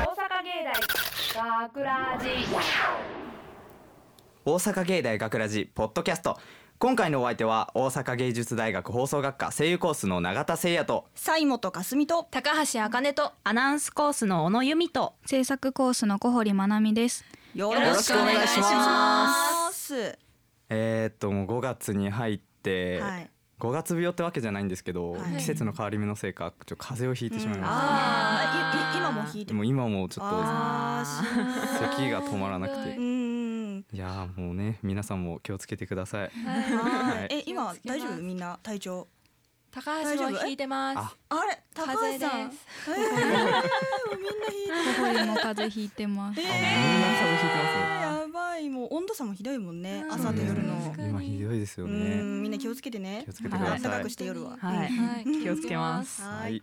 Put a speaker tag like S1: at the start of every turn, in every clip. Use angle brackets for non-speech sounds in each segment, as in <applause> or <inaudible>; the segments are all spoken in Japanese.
S1: 大学ラジ
S2: 大阪芸大学ラジポッドキャスト今回のお相手は大阪芸術大学放送学科声優コースの永田誠也と
S3: 西本かすみと
S4: 高橋あかねと
S5: アナウンスコースの小野由美と
S6: 制作コースの小堀まなみです。
S3: よ。
S4: ろしくお願いします
S2: えー、っともう5月に入って、
S3: はい
S2: 5月病ってわけじゃないんですけど、
S3: はい
S2: 季節の変わり目のせいかちょっと風邪をひいてしまいま
S3: ああ、いい今も弾い
S2: してた、もう今もちょっと
S3: ああ、
S2: 咳が止まらなく
S3: う
S2: て
S3: ん。
S2: いやーもうね皆さんも気をつけてください
S3: はいい。え、今大丈夫みんな体調。
S4: 高橋は弾いてま
S2: あ
S4: す
S3: あれ、高橋さん。
S4: 風邪です
S3: えー、みんな弾い
S6: 小堀も風邪ひいてま
S3: <laughs>
S6: す
S3: て。。
S2: あみんな
S3: え
S2: 風邪ひいて
S3: ー、やばい。もう温度差もひどいもんね。朝と夜
S2: ま
S3: の
S2: す。ね今ひどいですよ
S3: う
S2: ね
S3: ん、みんな気をつけてね
S2: 気を。つけてくださ
S3: 暖か
S2: い
S3: くして夜は。
S5: はい
S4: はい
S5: <laughs> 気をつけます
S2: は
S3: はい
S2: い。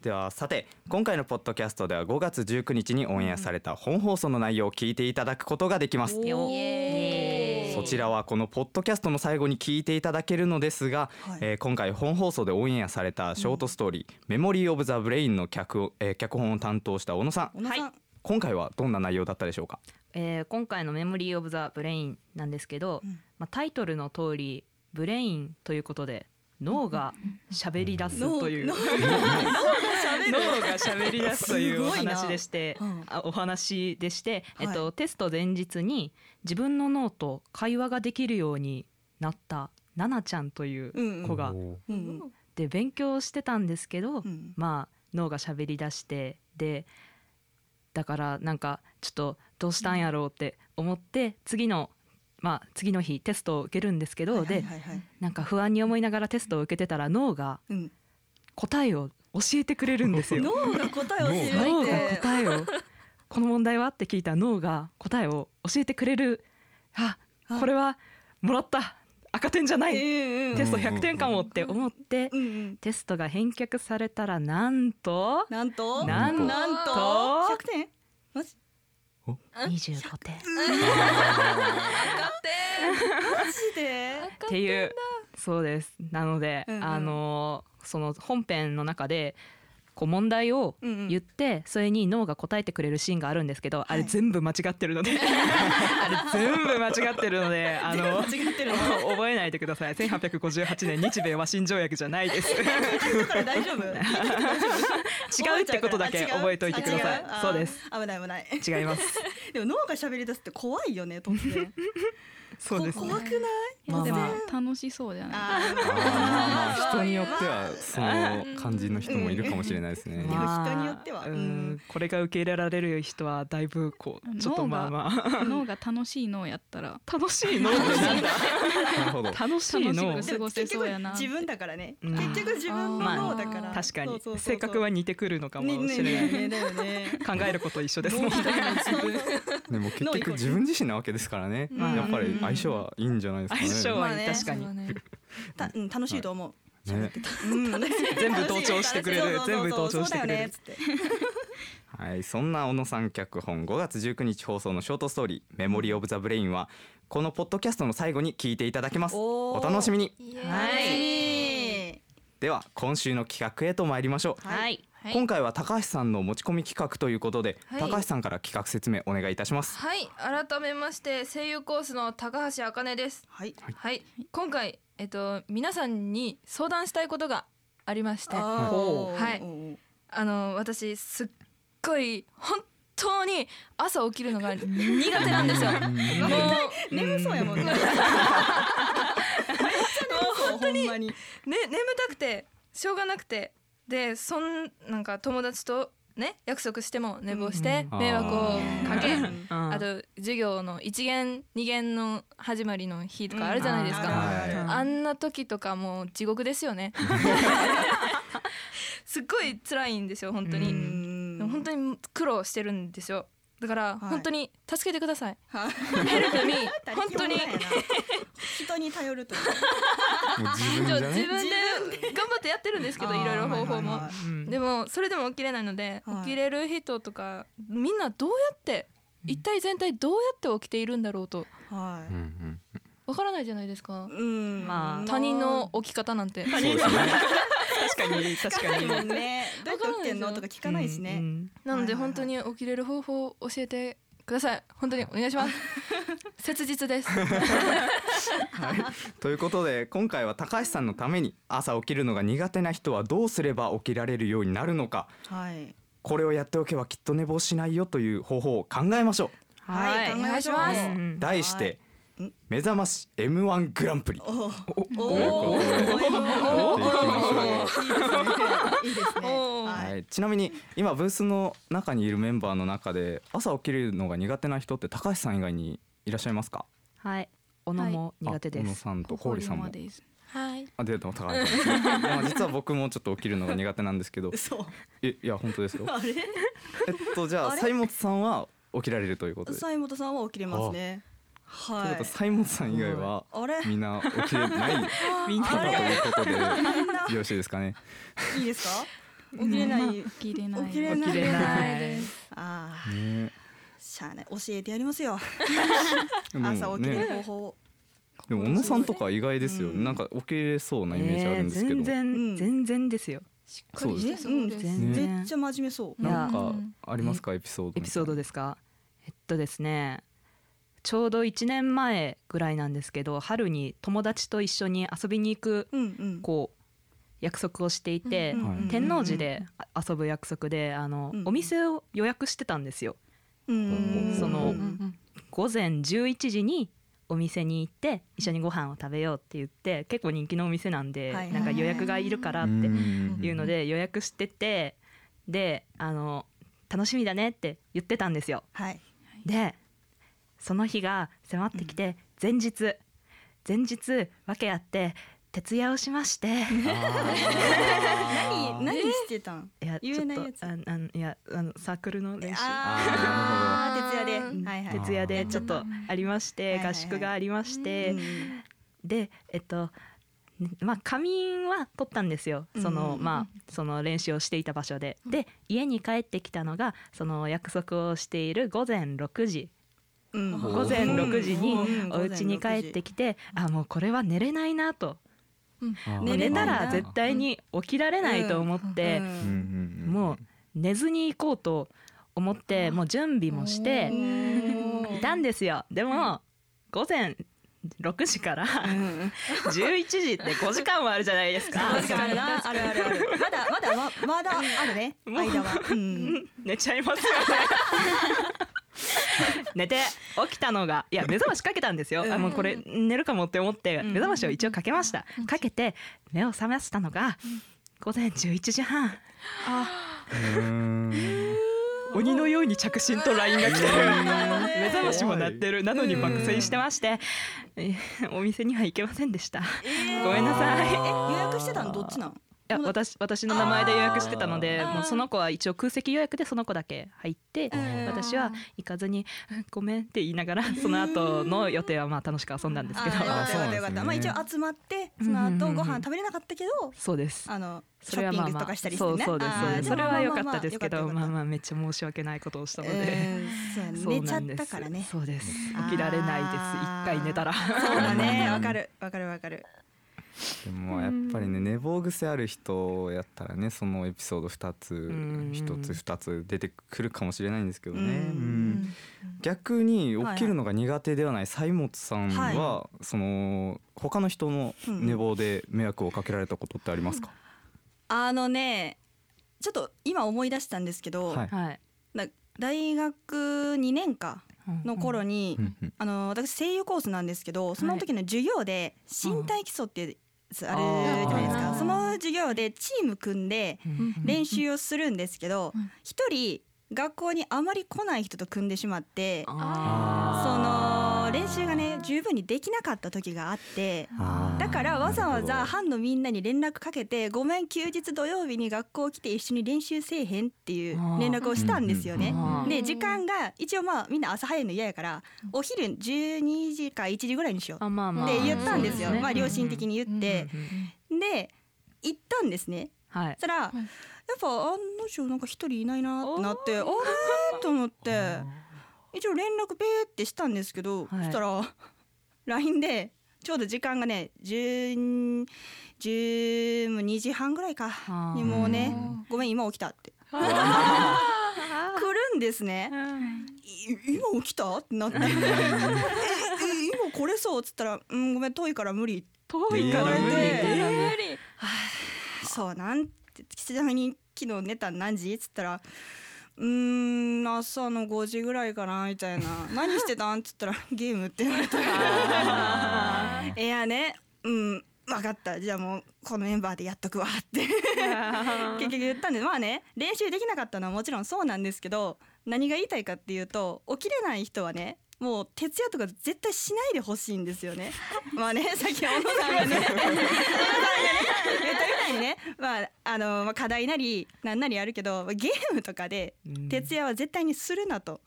S2: ではさて今回のポッドキャストでは5月19日にオンエアされた本放送の内容を聞いていただくことができます
S3: お
S4: イ
S3: ー
S4: エーイ
S2: そちらはこのポッドキャストの最後に聞いていただけるのですが、
S3: はい
S2: えー今回本放送でオンエアされたショートストーリー「メモリー・オブ・ザ・ブレイン」の脚,、えー脚本を担当した小野さん
S3: 小野さん。
S2: 今回はどんな内容だったでしょうか
S5: えー今回の「メモリー・オブ・ザ・ブレイン」なんですけど、
S3: うん
S5: まあ、タイトルの通りブレインということで脳が喋り出すという <laughs>
S3: 脳
S5: 脳
S3: 脳喋る。
S5: が喋り出すというお
S3: すごいな
S5: 話でして、
S3: うん
S5: あお話でして、
S3: はい
S5: えっと、テスト前日に自分の脳と会話ができるようになったナナちゃんとい
S3: うんう
S5: うん子が、
S3: うん
S5: で勉強してたんですけ
S3: う
S5: ど、
S3: ん
S5: まあ脳が喋り出してでだからなんかちょっとどうしたんやろうって思って次のまあ次の日テストを受けるんですけど、
S3: はい
S5: で
S3: はいはいはい
S5: なんか不安に思いながらテストを受けてたら脳が
S3: うん。
S5: 答えを教えてくれるんですよ。
S3: 脳が答えを教え
S5: <laughs> 脳
S3: て
S5: が答え <laughs> をこの問題はって聞いた脳が答えを教えてくれるあ
S3: はい
S5: これはもらった赤点じゃない、
S3: え
S5: テスト100点かもって思って、
S3: うんうん。
S5: テストが返却されたらなんと
S3: なんと
S5: なん
S2: と
S3: なんと百点マジ
S5: 25点っ
S3: マジで
S5: ていうそうですなので、
S3: うんうん
S5: あのその本編の中でこう問題を
S3: うんうん
S5: 言って、それに脳が答えてくれるシーンがあるんですけど、あれ
S3: はい
S5: 全部間違ってるの
S3: <laughs>
S5: であれ全部間違ってるのであの
S3: 間違ってるの
S5: 覚えないでください1858年日米和親条約じゃな
S3: <laughs>
S5: いです
S3: これ
S5: <laughs>
S3: 大丈夫
S5: 違うってことだけ覚えておいてくださいそうです
S3: す危ない危ない
S5: 違います
S3: でも脳が喋り出すって怖いよね突
S5: <laughs>
S3: 然
S5: そうです
S3: こ怖くない
S5: まあ
S6: でも
S5: ま
S6: 楽しそうじゃない。
S3: あ
S2: あーまあ
S3: ー
S2: 人によって
S3: <laughs>
S2: はその感じの人もいるかもしれないですね
S3: で。も人によっては
S5: まあう
S3: うん
S5: ん、これが受け入れられる人はだいぶこうちょっと
S6: 脳
S5: ま
S6: が
S5: あまあ
S6: 脳が楽しい脳やったら
S5: 楽しいの
S2: なるほど
S5: 楽しいの
S6: 楽し過ごせそうやな
S3: 結局自分だからね
S5: うん
S3: 結局自分の脳だから
S6: まあ
S5: 確か
S3: そうそ
S5: に
S3: うそうそう
S5: 性格は似てくるのかもしれない、
S3: ねねねねだよね
S5: 考えること一緒ですもんね
S2: でも結
S3: 脳イコ
S2: 局
S3: ール
S2: 自分自身なわけですからね、
S3: まあ
S2: やっぱり相性はいいんじゃないですかね。
S5: 相性
S3: まあ
S5: はいい
S3: ね
S5: 確かに、
S3: <laughs> たうん楽しいと思う
S2: ね、
S3: うん
S5: 全部同調してくれる
S3: 楽しい
S5: 全部同調して
S3: そうだよ
S5: くれる
S3: ねっつって
S2: はい、そんな小野さん脚本5月19日放送のショートストーリー「メモリー・オブ・ザ・ブレイン」はこのポッドキャストの最後に聞いていただけます
S3: お
S2: お
S3: ー
S2: 楽しみに
S3: はい
S2: では今週の企画へと参りましょう、
S5: はい
S4: はい
S2: 今回は高橋さんの持ち込み企画ということで、
S4: はい
S2: 高橋さんから企画説明お願いいたし
S4: <laughs>
S2: ます
S4: はい改めまして声優コースの高橋あかねです
S3: はい
S4: はい今回えっと皆さんに相談したいことがありましてあ
S3: あー
S2: ほ
S4: はい
S3: おー
S4: の私すっごい本当に朝起きるのが苦手なんですよもう
S3: 眠そうやもんね。めっちゃ眠そうほんまに。
S4: ね眠たくてしょうがなくてでそんなんか友達とね約束しても寝坊して
S2: うん
S4: 迷惑をかけ、
S3: うん
S5: うん
S4: あと授業の1限2限の始まりの日とかあるじゃないです
S2: うん
S4: か、
S2: あるあ
S4: あ
S2: る
S4: んな時とかもう地獄ですよね <laughs> すっごい辛いんですよ本当
S5: う
S4: に、
S3: ん
S4: でも本当に苦労してるんですよだから
S3: はい
S4: 本当に助けてください、
S3: はい
S4: ヘルプミー本当に
S3: 他力本願やな人に頼るという
S2: もう自分じ
S4: ち
S2: ゃ
S4: ょ
S2: ね
S4: 自分で頑張ってやってるんですけどいろいろ方法も
S3: あーはいはいはい
S5: うん
S4: でもそれでも起きれないので、
S3: はい
S4: 起きれる人とかみんなどうやって一体全体どうやって起きているんだろうと
S3: は
S2: う
S3: い。
S2: ん
S4: 起わからないじゃないですか
S3: うん
S5: まあ
S4: 他人の置き方なんて
S2: そうですね
S5: 確かに
S3: 聞
S5: 確
S3: か
S5: か
S3: ない
S5: に
S3: もんねどうやって打ってんの
S4: わか
S3: と
S4: ら
S3: か聞かないしね、
S5: うんうん
S4: なので
S3: はいはいはい
S4: 本当に起きれる方法を教えてください本当にお願いします切
S3: <laughs>
S4: 実です
S2: ということで今回は高橋さんのために朝起きるのが苦手な人はどうすれば起きられるようになるのか
S3: はい
S2: これをやっておけばきっと寝坊しないよという方法を考えましょ
S3: はい、
S5: はい
S3: 考えましょう
S4: お願いし
S5: ます
S2: う題して「目覚まし m 1グランプリ」
S3: おお
S2: ということでやっていきましょう
S3: いいですね
S4: おー
S3: は
S2: はいい、ちなみに今ブースの中にいるメンバーの中で朝起きるのが苦手な人って高橋さん以外にいらっしゃいますか
S5: はい小野も苦手
S2: あ
S5: で
S2: 小野
S5: す
S2: さんと氷さんも
S6: です
S4: はい
S2: あ出た高橋さんですねまあ実は僕もちょっと起きるのが苦手なんですけど
S3: 嘘
S2: えいや本当ですよ
S3: <laughs> あれ
S2: えっとじゃあ
S3: あれ
S2: 西本さんは起きられるということで、
S3: 西本さんは起きれますね
S2: と
S3: は
S2: いう
S3: い
S2: ことは西本さん以外は
S3: あれ
S2: みんな起きれない
S5: みん
S2: 方
S5: な
S2: だ
S5: で
S2: という
S3: <laughs>
S2: ことで
S3: みんな
S2: よろしいですかね
S3: いいですか起きれない
S6: 起きれない
S3: 起きれ
S5: 起きれ
S4: ない
S5: な
S4: で
S5: い
S4: す
S3: <laughs> ああ
S2: ね
S3: しゃあね教えてやりますよ
S2: でも
S3: 朝起き
S2: ね
S3: る方法を
S2: でも小野さんとか意外ですよ、
S3: うん
S2: なんか起きれそうなイメージあ
S5: え
S2: る
S5: ー
S2: んですけど、
S5: 全
S3: うん
S5: 然全然ですよ
S4: しっかりしてそうです、
S5: 全
S2: ね
S5: 然
S3: めっちゃ真面目そ
S5: いや
S2: なんかありますかエピソードみた
S5: エ
S2: いな
S5: ピソードですかえっとですねちょうど1年前ぐらいなんですけど春に友達と一緒に遊びに行く
S3: ううんうん
S5: こう約束をしていて、
S2: んうん
S5: 天王寺であ遊ぶ約束であの、
S3: うん
S5: お店を予約してたんですよ
S3: うん
S5: その
S3: うん
S5: 午前11時にお店に行って一緒にご飯を食べようって言って結構人気のお店なんで、
S3: はい
S5: なんか予約がいるからって
S2: て
S5: いうので予約しててであの楽しみだねって言ってたんですよ。
S3: はい
S5: でその日が迫ってきて前日、前日訳あって徹夜をしまして <laughs>
S3: 何何してたん
S5: いや
S3: 言えないやつ
S5: ちょっとああのいやあのサークルの練習
S2: あ
S4: ー
S3: あー徹夜
S4: う
S5: うん
S3: ではいはい
S5: 徹夜でちょっとありまし
S3: は
S5: て
S3: いはいは
S5: 合
S3: い
S5: 宿がありまして、
S3: うん
S5: でえっとんまあ仮眠は取ったんですよその、
S3: うん
S5: まあその練習をしていた場所でで家に帰ってきたのがその約束をしている午前6時
S3: うん
S2: お
S5: 午前6時に
S3: うん
S5: お家に帰ってきてあもうこれは寝れないなと
S3: 寝れ
S5: 寝た
S3: ない
S5: ら
S3: な
S5: 絶対に起きられないと思って、
S3: うん
S5: もう寝ずに行こうと思ってもう準備もして
S3: う
S5: いたんですよでも午前6時から <laughs>
S3: うん
S5: 11時って5時間もあるじゃないですか
S3: 確かになあるあるあるまだまだままだあるね
S5: もう
S3: 間はうん
S5: 寝ちゃいますよ <laughs> ね寝て起きたのがいや目覚ましかけたんですよ、あもうこれ寝るかもって思って目覚ましを一応かけました、かけて目を覚ましたのが午前11時半鬼のように着信と LINE が来てる目覚ましも鳴ってるなのに爆睡してましてえお店には行けませんでしたごめんなさいい
S3: 予約してたのどっちなん
S5: や私私の名前で予約してたので
S4: あー
S5: もうその子は一応空席予約でその子だけ入って
S3: ん
S5: 私は行かずに <laughs> うんごめんって言いながらその後の予定はまあ楽しく遊んだんですけど
S3: あーよかったよかったよかっ
S2: あ
S3: た
S2: ー
S3: まあ
S2: そうなんです
S3: 一
S2: ね
S3: 応集まってその後
S5: うんうんうん
S3: ご飯食べれなかったけど
S5: そうです
S3: あのシ
S5: そ
S3: ョ
S5: れ
S3: ッ
S5: は
S3: ピ
S5: まあ
S3: ング
S5: ま
S3: とか
S5: あ
S3: したりして
S5: そう
S3: ね
S5: そうですそう
S3: あ
S5: で
S3: ーで
S5: すそ
S3: も
S5: れ
S3: まあま
S5: は
S3: あ
S5: 良かったですけど
S3: よかったよかっ
S5: まあ
S3: た
S5: まあめっちゃ申し訳ないことをしたので
S3: うんそう
S5: <laughs> そ
S3: やね寝
S5: う
S3: ち
S5: な
S3: ゃっ
S5: んです
S3: たからね。
S5: そうです
S3: あー
S5: 起きられないです一回寝たら <laughs>
S3: そうだね、わかる、わかる、わかる。
S2: でもやっぱりね寝坊癖ある人やったらねそのエピソード2つ
S5: ん
S2: 1つ2つ出てくるかもしれないんですけどね、
S3: うん
S2: うん逆に起きるのが苦手ではない西本さんは、
S3: は
S2: その他の人の寝坊で迷惑をかけられたことってありますか、
S3: あのね、ちょっと今思い出したんですけど、
S2: はい
S5: はい
S3: な大学2年かの頃に、
S2: うんうん
S3: あの私声優コースなんですけど、その時の授業で身体基礎ってあるじゃないです
S2: あ
S3: か。
S2: ー
S3: その授業でチーム組んで練習をするんですけど
S6: うん、
S3: 一人学校にあまり来ない人と組んでしまって。そ
S2: あ
S3: の練習がね十分にできなかった時があって
S2: あー
S3: だからわざわざ
S2: なるほ
S3: 班のみんなに連絡かけて「ごめん休日土曜日に学校来て一緒に練習せえへん」っていう連絡をしたんですよね。
S5: あー
S3: で時間が一応まあみんな朝早いの嫌やからお昼12時か1時ぐらいにしよう
S5: あまあまあ
S3: って言ったんですよ、
S5: そうね
S3: まあ、良心的に言って。
S5: うんうんうん
S3: で行ったんですね。
S5: はい
S3: そしたらやっ
S6: い
S3: ぱ案の定なんか一人いないなってなってあれと思って一応連絡ペーってしたんですけど、
S5: はい
S3: そしたら LINE でちょうど時間がね10 12時半ぐらいか
S5: あー
S3: にもうね
S2: うん
S3: ごめん今起きたって来るんですねい今起きたって
S2: <laughs>
S3: なってええ今来れそうっつったらうんごめん遠いから無理
S5: 遠い
S2: い
S5: か
S2: からら
S5: 無
S2: 無
S5: 理
S2: 理
S3: そうなんてちなみに昨日寝たの何時っつったらうーん朝の5時ぐらいかなみたいな
S2: <laughs>
S3: 何してたんっつったらゲームって言われた <laughs>
S2: あー
S3: いやねうん分かったじゃあもうこのメンバーでやっとくわって
S5: <laughs>
S3: 結局言ったんでまあね練習できなかったのはもちろんそうなんですけど何が言いたいかっていうと起きれない人はねもう徹夜とか絶対しないでほしいんですよね。 <laughs> まあねさっき小野さんがね小野さんがね言ったみたいにねまああの、まあ、課題なりなんなりあるけどまあゲームとかで徹夜は絶対にするなと。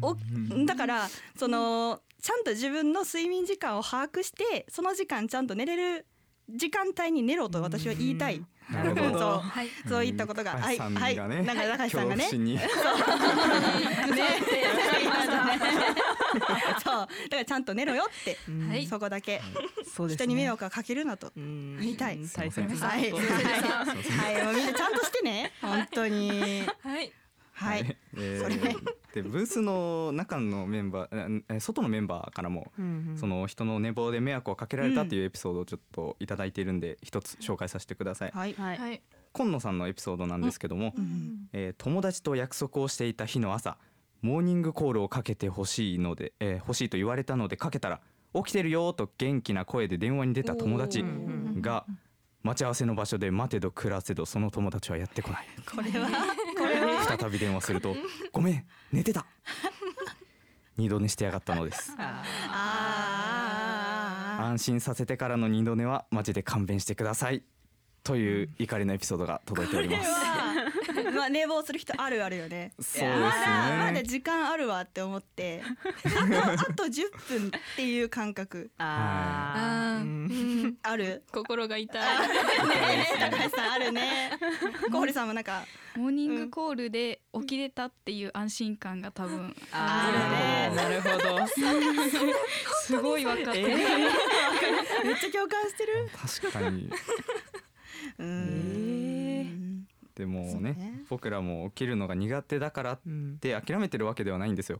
S3: おだからそのちゃんと自分の睡眠時間を把握してその時間ちゃんと寝れる時間帯に寝ろと私は言いたい。
S2: なるほ
S3: そう
S2: ど。
S4: はい
S3: そういったことが、
S2: うん
S3: はい、
S2: 高橋さん
S3: はい、
S2: が
S3: な
S2: ね
S3: んか高橋さんが
S2: 恐
S3: ね、
S2: 怖心に
S3: ね、言いましたね。 <laughs> そう、だからちゃんと寝ろよって、
S4: は
S5: はい
S4: い
S3: そこだけ、
S5: そうですね
S3: 人に迷惑はかけるなと。
S5: 言
S3: 言いたい
S5: 大切な
S3: はい、
S5: こと
S3: はい、はい、もうみんなちゃんとしてね、本当に、
S4: はい
S3: はい、
S2: えー
S3: <laughs> それ
S2: でブースの中のメンバーえー外のメンバーからも
S5: うんうん
S2: その人の寝坊で迷惑をかけられたっていうエピソードをちょっといただいているんで一つ紹介させてください。
S3: はい、
S5: はい
S4: はい
S2: 今野さんのエピソードなんですけども、
S3: うん
S2: えー友達と約束をしていた日の朝モーニングコールをかけてほしいので、えー欲しいと言われたのでかけたら起きてるよと元気な声で電話に出た友達
S5: うんうん
S2: が待ち合わせの場所で待てど暮らせどその友達はやってこない
S3: これは、これは、
S2: <laughs> 再び電話すると「ごめん寝てた」 <laughs> 二度寝してやがったのです
S3: あ
S2: 安心させてからの二度寝はマジで勘弁してくださいという怒りのエピソードが届いております
S3: ー。まあ、寝坊する人あるあるよね。
S2: そうですね
S3: まだ、まだ時間あるわって思って。あと、あと10分っていう感覚
S5: あ
S4: あー
S5: ーうん
S4: うん
S3: ある。
S4: 心が痛い
S3: ねえ高橋さんあるね。小堀さんもなんか
S6: モーニングコールで起きれたっていう安心感が多分
S5: あー
S3: あ
S5: なるほど
S6: すごい分かってる、
S3: めっちゃ共感してる。
S2: 確かに
S3: うーん
S5: ん。
S2: でも
S3: そう
S2: ね
S3: ね
S2: 僕らも起きるのが苦手だからっ
S5: うん
S2: て諦めてるわけではないんですよ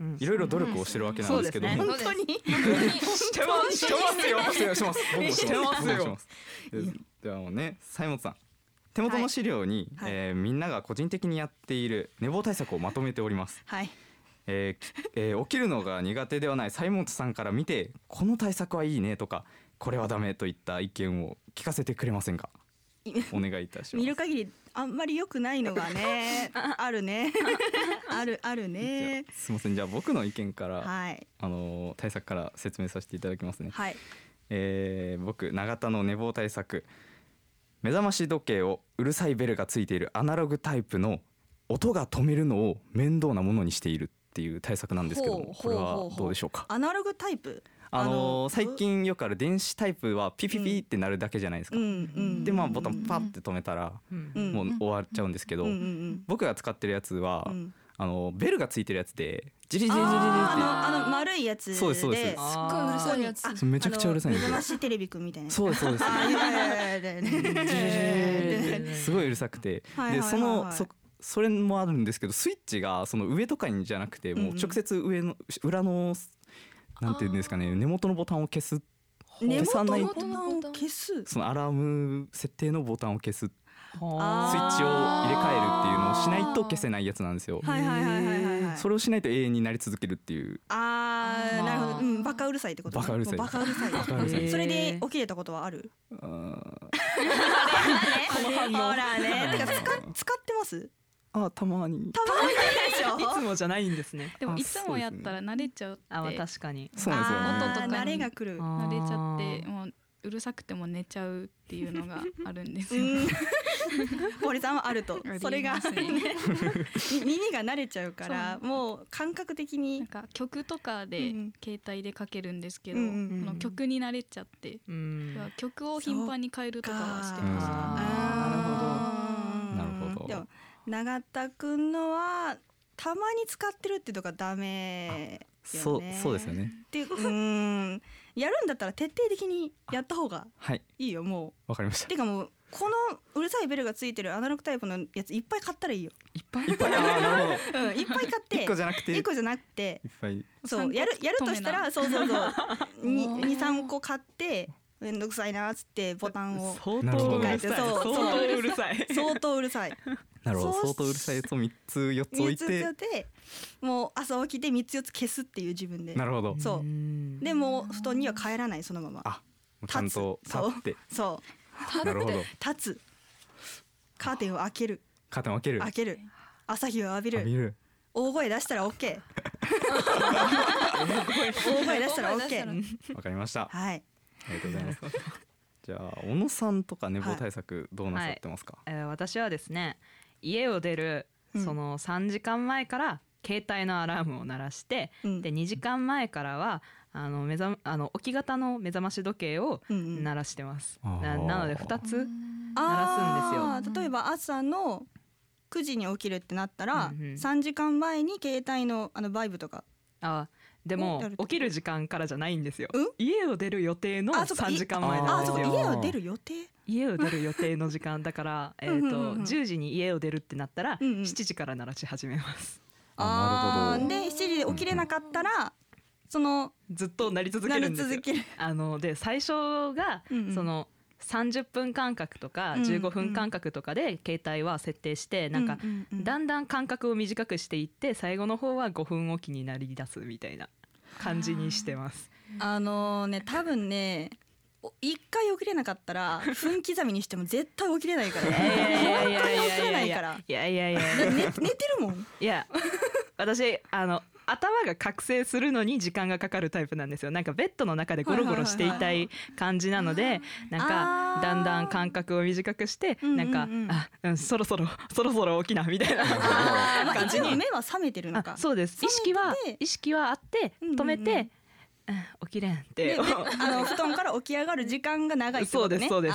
S5: うん
S2: いろいろ努力をしてるわけなんですけども、
S3: 本
S4: そう
S3: 当に。
S2: してますしてますよしてます僕もしてます
S5: してますよ
S2: 僕もしてますではもうね西本さん手元の資料に、
S3: はい
S2: えーみんなが個人的にやっている寝坊対策をまとめております、
S3: はい。
S2: えーきえー起きるのが苦手ではない西本さんから見てこの対策はいいねとかこれはダメといった意見を聞かせてくれませんかお願いいたします
S3: 見る限りあんまり良くないのがねあるね。あるある
S2: じゃ
S3: ね
S2: あ。すいませんじゃあ僕の意見から、
S3: はい
S2: あのー対策から説明させていただきますね
S3: はい。
S2: えー僕永田の寝坊対策目覚まし時計をうるさいベルがついているアナログタイプの音が止めるのを面倒なものにしているっていう対策なんですけど
S3: ほう
S2: もこれ
S3: ほうほう
S2: は
S3: ほう
S2: どうでしょうか
S3: アナログタイプ。
S2: あのー
S3: あの
S2: 最近よくある電子タイプはピピピってなるだけじゃないです
S3: う
S2: か、
S3: んうん。
S2: でまあボタンパッて止めたら
S5: うん
S3: うん
S2: もう終わっちゃうんですけど、
S3: うんうん
S2: 僕が使ってるやつは、
S3: うんうん。
S2: あのベルがついてるやつでジリジリジリジリって
S3: あのあの丸いやつで。
S2: そうですそうです
S5: あ
S4: すっごいうるさいやつ
S3: あ
S2: そうめちゃくちゃうるさいん
S3: あ
S2: で
S3: の
S2: す
S3: 目
S2: よ
S3: 覚ましテレビくんみたいな。
S2: そうですそう
S3: <laughs>
S2: です
S3: あいやいやいやいやいや
S2: すごいうるさくて、
S3: はいはいはいはい
S2: でそのそそれもあるんですけどスイッチがその上とかにじゃなくてもう直接上の裏のなんていうんですかね根元のボタンを消す
S3: 根
S2: 消さ
S3: 元
S2: ない
S3: のボタンを消す。
S2: そのアラーム設定のボタンを消すスイ
S5: は
S3: あ
S5: あ
S2: ッチを入れ替えるっていうのをしないと消せないやつなんですよ。
S3: はいはいはいはいはいはい。
S2: それをしないと永遠になり続けるっていう
S3: あー
S5: あー
S3: なるほど、うん、バカうるさいってことね。
S2: バカうるさい
S3: もバカう <laughs> るさい。
S2: バカうるさい
S5: へー
S3: それで起きれたことはある。
S2: あ
S3: ほら <laughs> ね、てか使使ってます。
S2: ーあたまに
S3: たまにでしょ。 <laughs>
S5: いつもじゃないんですね
S6: でも
S2: あ
S6: いつもやったら慣れちゃうって
S5: あまあ確かに
S2: そうなんですよね
S6: 音と
S3: あ
S6: か
S3: ー
S6: に
S3: 慣れが来る。
S6: 慣れちゃっ
S5: あ
S6: て
S5: ー
S6: もううるさくても寝ちゃうっていうのがあるんです
S3: う
S6: よ。
S3: ん。 <laughs> 堀さんはあると
S6: ありますね、
S3: それが、ね、耳が慣れちゃうから、もう感覚的
S6: なん
S3: に。
S6: か曲とか
S3: う
S6: で
S3: ん
S6: 携帯でかけるんですけ
S3: う
S6: ど、
S3: んうん
S6: その曲に慣れちゃって、
S5: うん
S6: 曲を頻繁に変えるとかはして
S2: そっか
S6: ま
S5: あ
S2: なるほど
S3: でも、永田くんのは、たまに使ってるってとかダメよね。 <laughs>
S2: そうそうですよね
S3: ってうーんやるんだったら徹底的にやった方が
S2: はい
S3: いいよも
S2: わかりまし
S3: う
S2: た
S3: てかもうこのうるさいベルがついてるアナログタイプのやついっぱい買ったらいいよ、
S2: いっぱいいっぱいあーなるほど
S3: うん、いっぱ <laughs> い買って
S2: <laughs> 一個じゃなくてい
S3: 一
S2: っ
S3: 個じゃなくて
S2: ぱい
S3: そうやるやるとしたらそうそうそう23 <laughs> 個買ってめんどくさいなっつってボタン <laughs> を
S5: 相
S2: なるほ
S5: 当
S2: ど
S5: うるさい
S3: そう
S5: 相当うるさい
S3: 相当うる <laughs> さい
S2: なるほど
S3: そう
S2: 相当うるさいやつを3つ4つ置
S3: 3
S2: い
S3: つで
S2: て
S3: もう朝起きて3つ4つ消すっていう自分で
S2: なるほど
S3: そう
S5: うん
S3: でもう布団には帰らないそのまま
S2: あちゃんと
S3: 立つ
S2: 立
S3: そう
S2: って
S3: そう
S2: なるほ
S3: <laughs>
S2: ど
S3: 立つカーテンを開ける
S2: カーテンを開ける
S3: 開ける朝日を浴び
S2: あ見
S3: る
S2: る
S3: 大声出した
S2: <laughs>
S3: ら OK 大声出したら OK
S2: わかりましたあ
S3: はい
S2: りがとうございます <laughs> じゃあ小野さんとか寝坊対策どうなさってますか
S5: えー私はですね家を出る
S3: うん
S5: その3時間前から携帯のアラームを鳴らして、
S3: うん
S5: で2時間前からはあの目覚あの起き方の目覚まし時計を
S3: うんうん
S5: 鳴らしてます、
S2: あー
S5: ななので2つ
S3: あ
S5: 鳴
S3: あー例えば朝の9時に起きるってなったら、
S5: うんうん
S3: 3時間前に携帯のあのバイブとか
S5: あでも
S3: うん
S5: 起きる時間からじゃないんですよ
S3: うん
S5: 家を出る予定の
S3: あそうか
S5: 3時間前な
S3: あー
S5: んで
S3: そう
S5: す
S3: か
S5: よ
S3: 家を出る予定
S5: 家を出る予定の時間だからえっ
S3: うん
S5: と
S3: うんうん
S5: 10時に家を出るってなったら
S3: うんうん
S5: 7時から鳴らし始めます
S2: あな
S3: あ
S2: る
S3: ー
S2: ほど
S3: で7時で起きれなかったらその
S5: ずっと鳴り続
S3: な
S5: けるん
S3: り
S5: です
S3: 続
S5: よ
S3: ける
S5: あので最初が
S3: うんうん
S5: その30分間隔とか
S3: うんうん
S5: 15分間隔とかで携帯は設定してなんか
S3: うううん
S5: だんだん間隔を短くしていって最後の方は5分おきになり出すみたいな感じにしてます。
S3: あのね多分ねお一回起きれなかった
S5: <laughs>
S3: ら分刻みにしても絶対起きれないから
S5: いやいやい
S3: 本当に <laughs>
S5: やい
S3: 起きれな
S5: やい
S3: いか
S5: や
S3: ら
S5: いやいやいや <laughs>
S3: ね寝寝てるもん
S5: いや私あの頭が覚醒するのに時間がかかるタイプなんですよなんかベッドの中でゴロゴロしていたい感じなのでなん
S3: あ
S5: か
S3: ー
S5: だんだん間隔を短くして
S3: うんうん
S5: な
S3: うん
S5: んか、あ、うん、そろそろそろそろ起きなみたいな
S3: あーまあ
S5: 感じ
S3: 一
S5: に
S3: 応目は覚めてるのか
S5: あそうです意識は
S3: 冷めて
S5: 意識はあって
S3: うんうんうん
S5: 止めて、うん起きれんっ
S3: で
S5: て <laughs>
S3: であの布団から起き上がる時間が長いってことね
S5: そうですそうです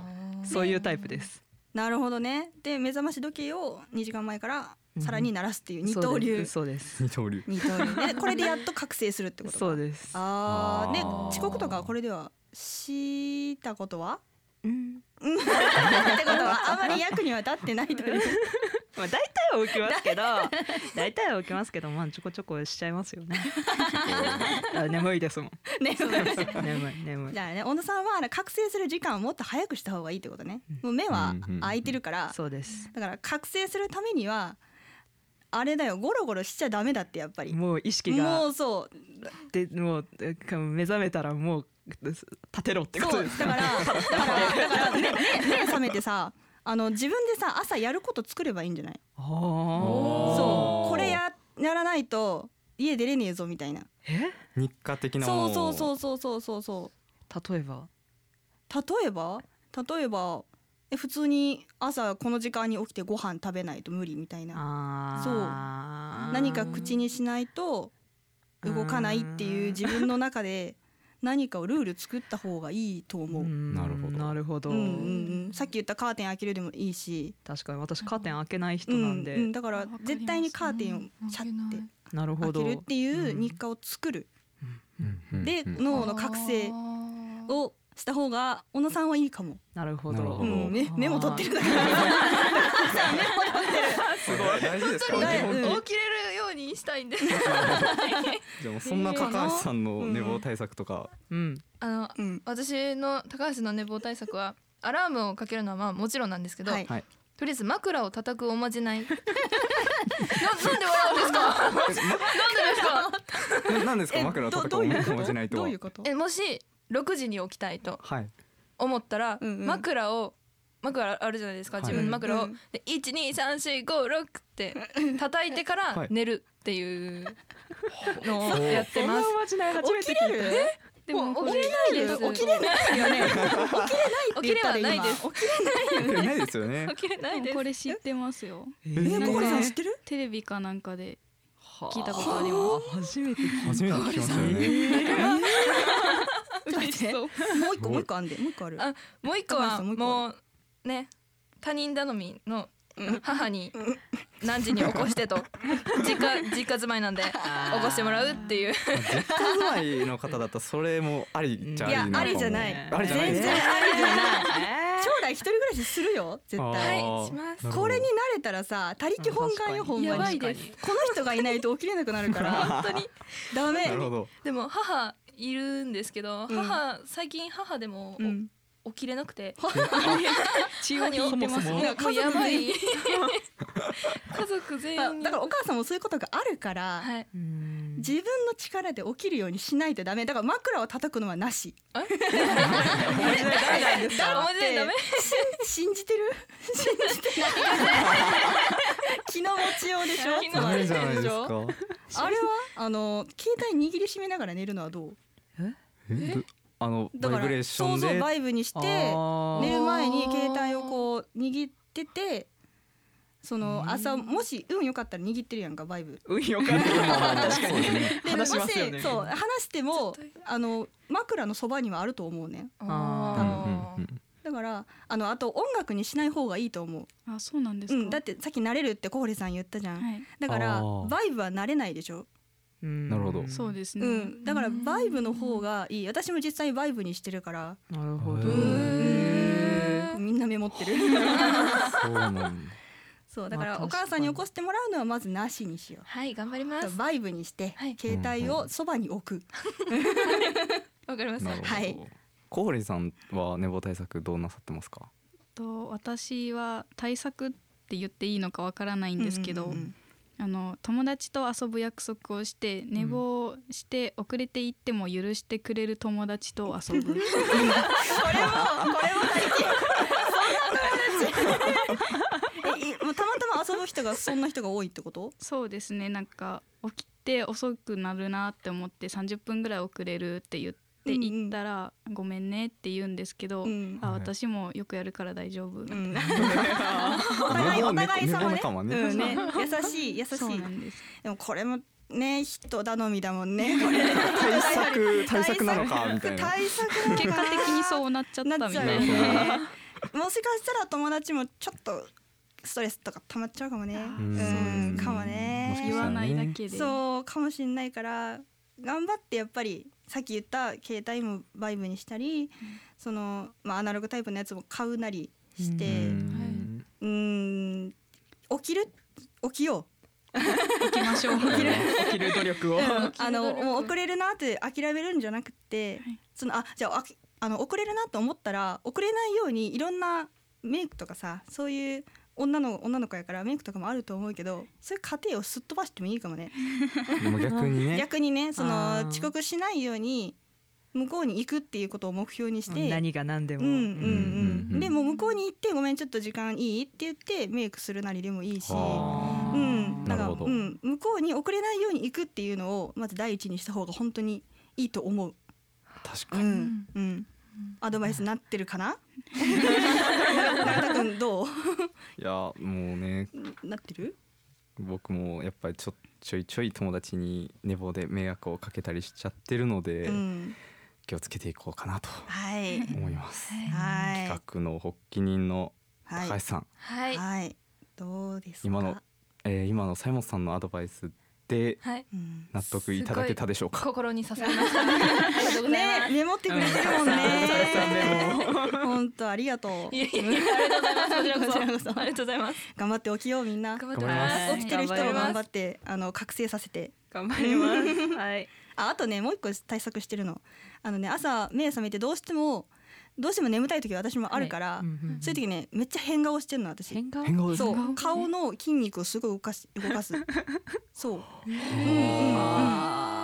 S2: なる
S3: ー
S2: ほど
S5: そういうタイプです
S3: なるほどねで目覚まし時計を2時間前からさらに鳴らすっていう二刀流、
S5: そうです
S2: 二刀流
S3: 二刀流でこれでやっと覚醒するってことか
S5: そうですそうです
S3: あーで
S2: あー
S3: 遅刻とかこれではしたことは
S5: う
S3: っ
S5: ん
S3: てことはあまり役には立ってないという
S5: まあ大体は起きま
S3: <laughs>
S5: すけど大体は起きますけどまあちょこちょこしちゃいます
S3: <laughs>
S5: よねあ眠いですもん
S3: ね
S5: 眠い眠い
S3: じゃあね小野さんはあの覚醒する時間をもっと早くした方がいいってことねもう目は
S2: うんうん
S3: 開いてるから
S5: そうです
S3: だから覚醒するためにはあれだよゴロゴロしちゃダメだってやっぱり
S5: もう意識
S3: も
S5: が
S3: うそう
S5: でもうえ目覚めたらもう立てろってこ
S3: そ
S5: と
S3: う
S5: です
S3: だからだからだから目目目覚めてさあの自分でさ朝やること作ればいいんじゃない
S5: あー
S3: そうこれややらないと家出れねえぞみたいな
S5: え
S2: 日課的なもの
S3: そ
S2: を
S3: うそうそうそうそうそうそう
S5: 例えば
S3: 例えば例えばえ普通に朝この時間に起きてご飯食べないと無理みたいな
S5: あー
S3: 何か口にしないと動かないっていう自分の中で何かをルール作った方がいいと思う。うん
S5: ん
S2: なるほど
S5: なるほど
S3: うんうん、さっき言ったカーテン開けるでもいいし、
S5: 確かに私カーテン開けない人
S3: う
S5: なん
S3: ん
S5: で、
S3: うん、だから
S6: わかります
S3: 絶対にカーテンをシャッて
S5: なるほ
S3: 開
S5: ど
S3: けるっていう日課を作る、
S2: うんうんうん
S3: で脳の覚醒をした方が小野さんはいいかも、
S5: なるほど
S2: なるほ
S3: う
S2: ど
S3: ん、メメモ取ってるだけ
S2: すごい大事ですか
S3: 本当に
S2: ね
S3: うん
S4: 起きれるようにしたいんで
S2: でもそんな高橋さんの寝坊対策とか
S5: うん
S4: あの
S3: うん
S4: 私の高橋の寝坊対策はアラームをかけるのはまあもちろんなんですけど、
S3: はい
S2: はい
S4: とりあえず枕を叩くおまじ <laughs> ないななんで笑うんですかなんで
S2: ななんで
S4: ですか
S2: すか枕を
S3: ど
S2: 叩く
S3: どういう
S2: お
S3: こ
S2: ま
S3: と
S2: じないと
S3: ど
S2: は
S3: ういうこと
S4: えもし6時に起きたいと
S2: はい
S4: 思ったら、
S3: うんうん
S4: 枕を枕あるじゃないですか
S2: はい
S4: 自分の枕を、
S3: うん
S4: で123456って叩いてか
S2: は
S4: ら
S2: い
S4: 寝るっていうのをやってます。
S5: おまじない初めて聞いた
S4: でも起きれないです。
S3: 起きれないよね。
S4: 起きれはないです。
S3: す。
S2: いやないですよ
S3: <laughs>
S4: <laughs>
S2: ね
S4: 起きれない
S6: でも
S4: です
S6: こ。れ知ってますよ
S5: え
S2: え
S3: え、
S2: ー
S3: もこ
S6: 僕
S3: り
S6: ら
S3: さ
S6: さ
S3: ん
S6: ん
S3: 知
S6: 知
S3: っ
S6: って
S3: る？
S6: テレビかなんかで
S5: 聞
S6: 聞いたことあり
S5: あ
S6: ま
S5: 初めて聞いた
S2: 初めて聞きましたよね
S3: ちょっと待って
S6: そう
S3: もう一個もう一個あんで、もう一個ある。
S4: あもう一個
S3: 高橋
S4: は
S3: さんもう一個
S4: もうね他人頼みの母に何時に起こしてと実家実家住まいなんで起こしてもらうっていう
S2: まあ実家住まいの方だったらそれもありっちゃありなのかも
S3: いやありじゃない
S2: ありじゃない
S3: 全然ありじゃない <laughs> 将来一人暮らしするよ絶
S2: あ
S3: 対
S2: ー
S4: はいします
S2: なるほど
S3: これに慣れたらさ他力本願よ
S5: うん
S3: ほん
S6: や
S3: ま
S6: ば
S3: に
S6: いで
S5: 確
S6: す
S3: この人がいないと起きれなくなるから
S4: <laughs> 本当に
S3: ダメ
S2: なるほど
S4: でも母いるんですけど
S3: うん
S4: 母最近母でも
S3: うん
S4: 起きれなくて
S6: 血を引いてます
S2: そもそも
S6: ね
S4: もうやばい家族全
S3: あ
S4: 員に
S3: だからお母さんもそういうことがあるから、
S4: はい
S5: うん
S3: 自分の力で起きるようにしないとダメだから枕を叩くのはなし <laughs>
S4: あ面白いダメ
S3: 信じてる信じてない気の持ちようでし <laughs> ょ
S4: 気の
S3: つ
S2: ダ
S3: ま
S2: メ
S3: り
S2: じゃないですか
S3: あれはあの携帯握りしめながら寝るのはどう
S2: えどあの
S3: だか
S2: バイブレ
S3: ら
S2: ーショ
S3: そ
S2: ン
S3: う
S2: で
S3: そうバイブにして <laughs>
S2: あー
S3: 寝る前に携帯をこう握っててその
S5: うん
S3: 朝もし運良かったら握ってるやんかバイブ。
S5: 運よかっ
S2: 確かにね
S3: で
S5: 話しますよね
S3: もしそう話してもあの枕のそばにはあると思うね。
S5: あー
S2: うん
S4: あ
S2: う
S4: ー
S2: ん
S3: だからあのあと音楽にしない方がいいと思
S6: あそうなん
S3: う。
S6: で
S3: う
S6: すか
S3: ん、だってさっき慣れるって小堀さん言ったじゃん。
S6: はい
S3: だから
S2: あー
S3: バイブは慣れないでしょ。
S5: な
S2: なるほど
S6: そうですね
S3: うん、だからバイブの方がいい。私も実際バイブにしてるから。
S5: なるほ
S2: う
S5: ど
S4: <laughs> ー
S3: みんなメモってる。
S2: そうなんだ
S3: そうだから
S5: まあ
S3: お母さんに起こしてもらうのはまずなしにしよう。
S4: はい頑張ります
S3: バイブにして、
S4: はい
S3: 携帯をそばに置く。
S4: わかります
S2: なるほど
S3: はい
S2: 小堀さんは寝坊対策どうなさってますか
S6: と私は対策って言っていいのかわからないんですけど、
S3: うんうんうん
S6: あの友達と遊ぶ約束をして寝坊して遅れて行っても許してくれる友達と遊ぶ
S3: これもこれも最近。そんな友達。え <laughs> いもうたまたま遊ぶ人がそんな人が多いってこと？
S6: そうですねなんか起きて遅くなるなって思って30分ぐらい遅れるって言って
S3: うんうん
S6: 行ったら「ごめんね」って言うんですけど、
S3: うん
S6: あ私もよくやるから大丈夫、
S3: うん、お互いお互い様
S2: 寝
S3: ね
S2: 坊仲間ね
S3: うん、ね優しい優しい
S6: そうなんです
S3: でもこれもね人頼みだもんねこれ
S2: 対策対策なのかみたいな
S3: 対策なのか
S6: 結果的にそうなっちゃった
S3: なっ
S6: み
S3: ちゃ
S6: た
S3: うよ
S6: い
S3: ね
S6: な。
S3: もしかしたら友達もちょっとストレスとか溜まっちゃうかもね
S6: う
S3: う
S2: ん
S3: んかもね
S2: もしかし
S6: 言
S2: たら
S6: わ
S2: ね
S6: ないだけで
S3: そうかもしんないから頑張ってやっぱりさっき言った携帯もバイブにしたり、その、まあ、アナログタイプのやつも買うなりして
S2: うん
S3: うん起きる起きよ
S6: 行きましょう。
S5: 起きる努力を
S3: う、あの
S4: 努力
S3: もう遅れるなって諦めるんじゃなくて、
S6: はい
S3: そのあじゃああきあの遅れるなと思ったら遅れないようにいろんなメイクとかさそういう女の女の子やからメイクとかもあると思うけどそういう過程をすっ飛ばしてもいいかもね
S2: でも逆にね
S3: 逆にねその
S5: あー
S3: 遅刻しないように向こうに行くっていうことを目標にして、
S5: 何が何で
S3: う
S5: も、
S3: んうんうん、
S2: うん
S3: でもう向こうに行って「ごめんちょっと時間いい?」って言ってメイクするなりでもいいし、
S2: はあ
S3: うん、だか
S2: な
S3: ら、
S2: るほど
S3: うん、向こうに遅れないように行くっていうのをまず第一にした方が本当にいいと思う。
S2: 確
S3: う
S2: かに
S3: ん、うん、アドバイスなってるか
S4: <laughs>
S3: な？中田君ど
S2: いやもうね
S3: う？なってる？
S2: 僕もやっぱりちょちょいちょい友達に寝坊で迷惑をかけたりしちゃってるので、
S3: うん、
S2: 気をつけていこうかなと
S3: はい、
S2: 思います、
S3: はい
S2: 企、画の発起人の
S3: はい
S2: 高橋さん、
S4: はい
S3: はい、どうですか？
S2: 今のえー今の西本さんのアドバイスで
S4: はい
S3: うん
S2: 納得いただけたでしょうか
S4: 心に刺さりましたありがとうございます
S3: ねメモってくれてるもんね。 <laughs> 本当ありがとう。
S4: いやいやいやありがとうござ
S3: こち
S4: います。こちらこそ。
S3: らこそ
S4: ありがとうございます。
S3: 頑張って起きようみんな。
S4: 頑張
S2: ってます
S4: って
S3: 起きてる人を頑張
S4: っ
S3: ってあの覚醒させて。
S5: 頑張りますはい
S3: <laughs> ああとねもう一個対策してるの。あのね朝目覚めてどうしてもどうしても眠たい時は私もあるから、そういう時ねめっちゃ変顔してるの私。
S5: 変顔
S2: 変顔です
S3: そ
S2: ね
S3: う顔の筋肉をすごい動かし動
S2: <laughs>
S3: かす。そう。
S5: あ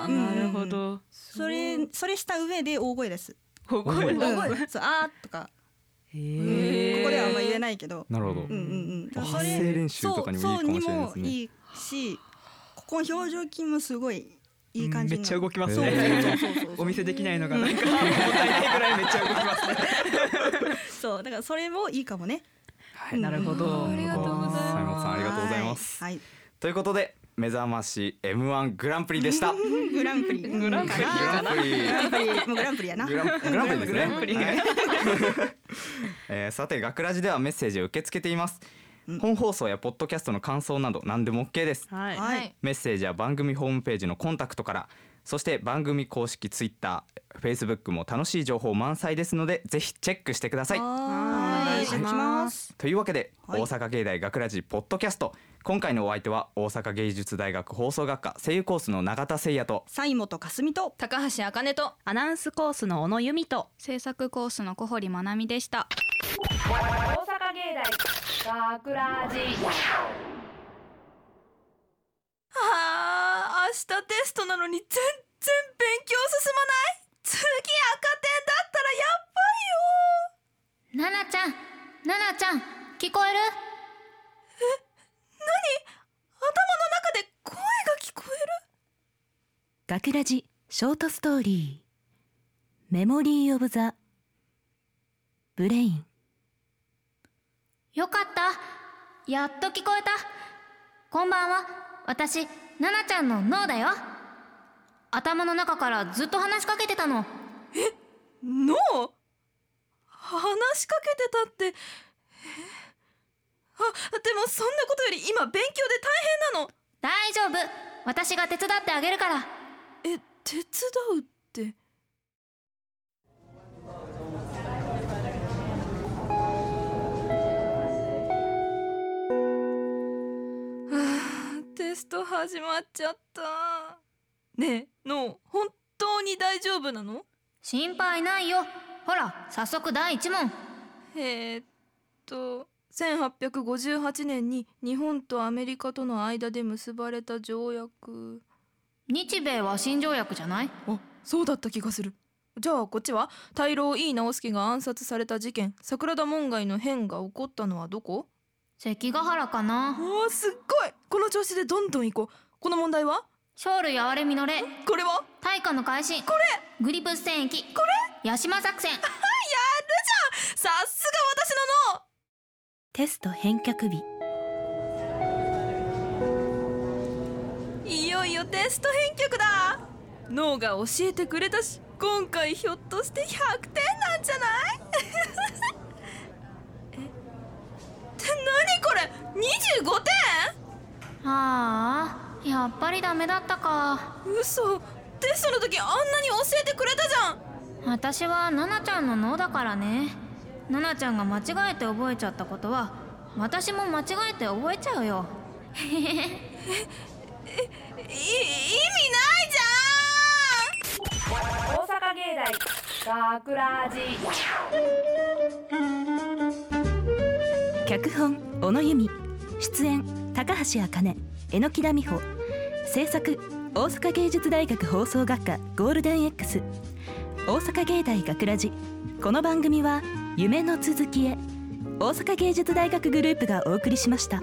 S5: ー
S3: うんうんうん
S5: なるほど
S3: それそれした上で大声です。
S5: 大
S2: 声
S3: うん、そうあーとか、
S5: へ
S3: うん
S5: ー
S3: ここではあんま言えないけど。
S2: なるほど、
S3: うんうんうん。だからそれ
S2: 発声練習とかにもいいかもしれないですね
S3: そうそうにもいいし、ここの表情筋もすごいいい感じ
S5: めっちゃ動
S3: き
S5: きます
S3: そうそう
S5: ね
S3: そうそうそ
S5: お
S3: う
S5: 見せできないのがなん <laughs> かもったいないぐらいめっちゃ動きますね
S3: そうだからそれもいいかもね。
S2: はい
S3: うん
S5: なるほど
S4: ありがとうございます
S2: 西本さんありがとうございます、
S3: はい。
S2: ということで目覚まし M1 グランプリでしたグ
S3: グランプリ。グ
S5: ランプリ
S2: ランプリ
S3: グランプリ。もうグランプリやな。
S2: グラングランプリですね。 <laughs>
S5: グランプリ
S2: はいえーさて、学ラジではメッセージを受け付けています。
S3: うん
S2: 本放送やポッドキャストの感想など何でも OK です
S5: はい
S3: はい
S2: メッセージは番組ホームページのコンタクトからそして番組公式ツイッター、フェイスブックも楽しい情報満載ですのでぜひチェックしてください
S3: は
S5: はいい
S3: お願いします
S2: というわけで、
S3: はい
S2: 大阪芸大学ラジポッドキャスト今回のお相手は大阪芸術大学放送学科声優コースの永田誠也と
S3: 西本かすみと
S4: 高橋あかねと
S5: アナウンスコースの小野由美と
S6: 制作コースの小堀まなみでした
S1: 大阪芸大学ラジ
S4: あー明日テストなのに全然勉強進まない次赤点だったらやっばいよ
S7: ナナちゃんナナちゃん聞こえる
S4: 頭の中で声が聞こえる
S8: 学ラジショートストーリーメモリー・オブ・ザ・ブレイン
S7: よかったやっと聞こえたこんばんは私ナナちゃんの脳だよ頭の中からずっと話しかけてたの
S4: の話しかけてたってえあでもそんなことより今勉強で大変なの
S7: 大丈夫私が手伝ってあげるから
S4: え手伝うって <sighs> はあテスト始まっちゃったねえのう本当に大丈夫なの
S7: 心配ないよほら早速第一問
S4: えーっと1858年に日本とアメリカとの間で結ばれた条約
S7: 日米和親条約じゃない
S4: あそうだった気がするじゃあこっちは大老井直輔が暗殺された事件桜田門外の変が起こったのはどこ
S7: 関ヶ原かな
S4: おーすっごいこの調子でどんどん行こうこの問題は
S7: 生類哀れみのれ
S4: これは
S7: 大化の改新これグリプス戦役これ八島作戦
S4: さすが私の脳
S8: テスト返却日
S4: いよいよテスト返却だ脳が教えてくれたし今回ひょっとして100点なんじゃない <laughs> えって何これ25
S7: ああやっぱりダメだったか
S4: 点嘘テストの時あんなに教えてくれたじゃん
S7: 私はナナちゃんの脳だからねナナちゃんが間違えて覚えちゃったことは私も間違えて覚えちゃうよ
S4: い意味ないじ
S1: 大阪芸大学ラジ
S8: 脚本小野由美出演高橋あかね榎木田美穂制作大阪芸術大学放送学科ゴールデン X 大阪芸大学ラジこの番組は夢の続きへ大阪芸術大学グループがお送りしました。